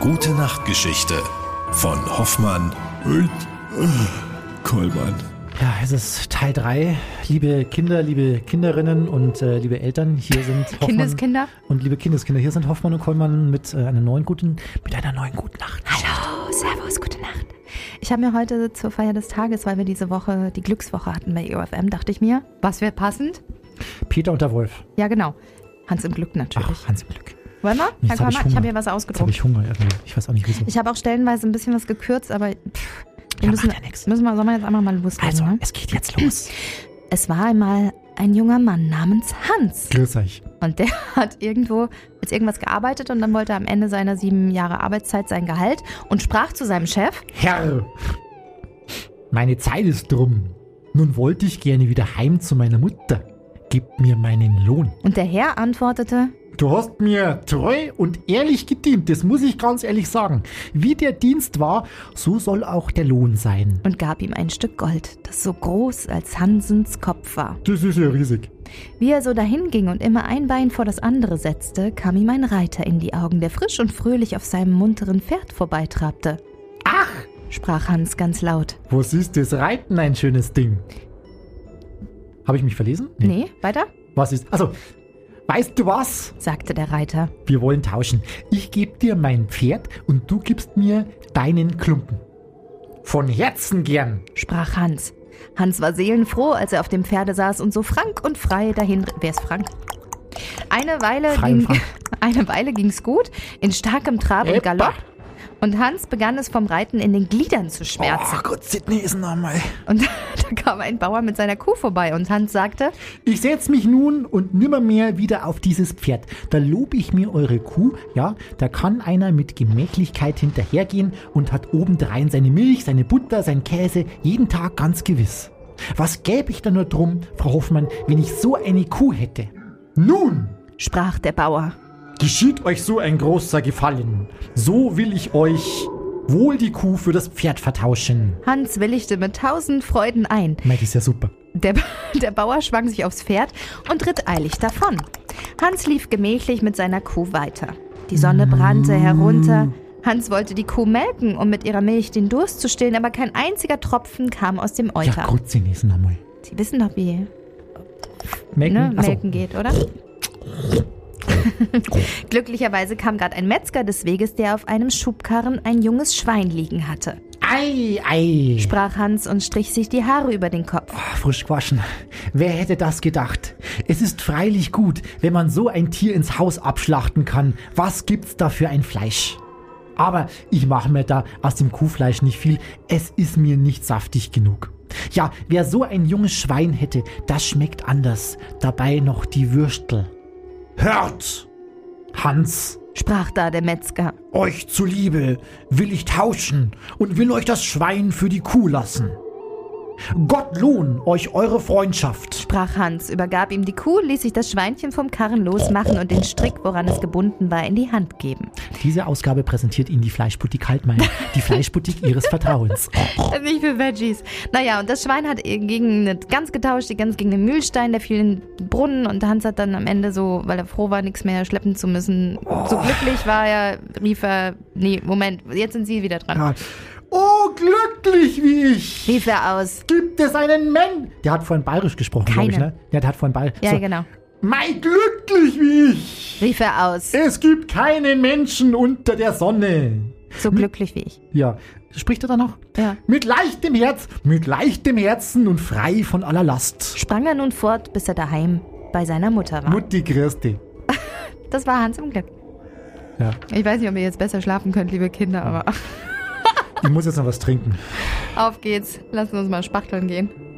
Gute Nachtgeschichte von Hoffmann und äh, Kollmann. Ja, es ist Teil 3. Liebe Kinder, liebe Kinderinnen und äh, liebe Eltern, hier sind Hoffmann Kindeskinder? und liebe Kindeskinder, hier sind Hoffmann und Kollmann mit äh, einer neuen guten mit einer neuen guten Nacht. Hallo, Servus, gute Nacht. Ich habe mir heute zur Feier des Tages, weil wir diese Woche die Glückswoche hatten bei E EOFM, dachte ich mir, was wäre passend? Peter und der Wolf. Ja, genau. Hans im Glück natürlich. Ach, Hans im Glück. Wollen wir? jetzt Herr hab ich Körner, ich Hunger. habe hier was Jetzt habe ausgedruckt. ich Hunger irgendwie. Ich weiß auch nicht wieso. Ich habe auch stellenweise ein bisschen was gekürzt, aber pff, wir Ja, müssen, macht ja nix. müssen wir, sollen wir jetzt einfach mal loslegen. Also, ne? es geht jetzt los. Es war einmal ein junger Mann namens Hans. Grüß euch. Und der hat irgendwo als irgendwas gearbeitet und dann wollte er am Ende seiner sieben Jahre Arbeitszeit sein Gehalt und sprach zu seinem Chef. Herr, meine Zeit ist drum. Nun wollte ich gerne wieder heim zu meiner Mutter. Gib mir meinen Lohn. Und der Herr antwortete, Du hast mir treu und ehrlich gedient, das muss ich ganz ehrlich sagen. Wie der Dienst war, so soll auch der Lohn sein. und gab ihm ein Stück Gold, das so groß als Hansens Kopf war. Das ist ja riesig. Wie er so dahinging und immer ein Bein vor das andere setzte, kam ihm ein Reiter in die Augen, der frisch und fröhlich auf seinem munteren Pferd vorbeitrabte. Ach, Sprach Hans ganz laut. was ist das Reiten ein schönes Ding? Habe ich mich verlesen? Nee, weiter? Was ist? Also, weißt du was? sagte der Reiter. Wir wollen tauschen. Ich gebe dir mein Pferd und du gibst mir deinen Klumpen. Von Herzen gern. sprach Hans. Hans war seelenfroh, als er auf dem Pferde saß und so frank und frei dahin. Wer ist Frank? Eine Weile, Frei und ging, frank. eine Weile ging's gut, in starkem Trab Epa. und Galopp. Und Hans begann es vom Reiten in den Gliedern zu schmerzen. Oh Gott, Sydney ist nochmal. Und da kam ein Bauer mit seiner Kuh vorbei und Hans sagte, Ich setz mich nun und nimmermehr wieder auf dieses Pferd. Da lob ich mir eure Kuh, ja, da kann einer mit Gemächlichkeit hinterhergehen und hat obendrein seine Milch, seine Butter, sein Käse, jeden Tag ganz gewiss. Was gäbe ich da nur drum, Frau Hoffmann, wenn ich so eine Kuh hätte? Nun, sprach der Bauer, geschieht euch so ein großer Gefallen. So will ich euch wohl die Kuh für das Pferd vertauschen. Hans willigte mit tausend Freuden ein. Mei, das ist ja super. Der, der Bauer schwang sich aufs Pferd und ritt eilig davon. Hans lief gemächlich mit seiner Kuh weiter. Die Sonne brannte herunter. Hans wollte die Kuh melken, um mit ihrer Milch den Durst zu stillen, aber kein einziger Tropfen kam aus dem Ja, Euter. Gott, sie ist nochmal. Sie wissen doch, wie Melken? ne, Achso. melken geht, oder? Glücklicherweise kam gerade ein Metzger des Weges, der auf einem Schubkarren ein junges Schwein liegen hatte. Ei, ei. Sprach Hans und strich sich die Haare über den Kopf. Ah, Frisch gewaschen. Wer hätte das gedacht? Es ist freilich gut, wenn man so ein Tier ins Haus abschlachten kann. Was gibt's da für ein Fleisch? Aber ich mache mir da aus dem Kuhfleisch nicht viel. Es ist mir nicht saftig genug. Ja, wer so ein junges Schwein hätte, das schmeckt anders. Dabei noch die Würstel. Hört! Hans, Sprach da der Metzger. euch zuliebe will ich tauschen und will euch das Schwein für die Kuh lassen. Gott lohn euch eure Freundschaft. sprach Hans, übergab ihm die Kuh, ließ sich das Schweinchen vom Karren losmachen und den Strick, woran es gebunden war, in die Hand geben. Diese Ausgabe präsentiert Ihnen die Fleischboutique Kaltmeier, die Fleischboutique Ihres Vertrauens. Äh, Nicht für Veggies. Naja, und das Schwein hat gegen eine Gans getauscht, die Gans gegen den Mühlstein, der fiel in den Brunnen und Hans hat dann am Ende so, weil er froh war, nichts mehr schleppen zu müssen, so glücklich war er, rief er, nee, Moment, jetzt sind Sie wieder dran. Oh, glücklich wie ich! Rief er aus. Gibt es einen Mann? Der hat vorhin bayerisch gesprochen, glaube ich, Keine. ne? Ja, der hat vorhin bayerisch. Ja, so. genau. Mein glücklich wie ich! Rief er aus. Es gibt keinen Menschen unter der Sonne. So glücklich wie ich. Ja, spricht er da noch? Ja. Mit leichtem Herz, mit leichtem Herzen und frei von aller Last. Sprang er nun fort, bis er daheim bei seiner Mutter war. Mutti Christi. Das war Hans im Glück. Ja, Ich weiß nicht, ob ihr jetzt besser schlafen könnt, liebe Kinder, aber ich muss jetzt noch was trinken. auf geht's. Lassen uns mal spachteln gehen.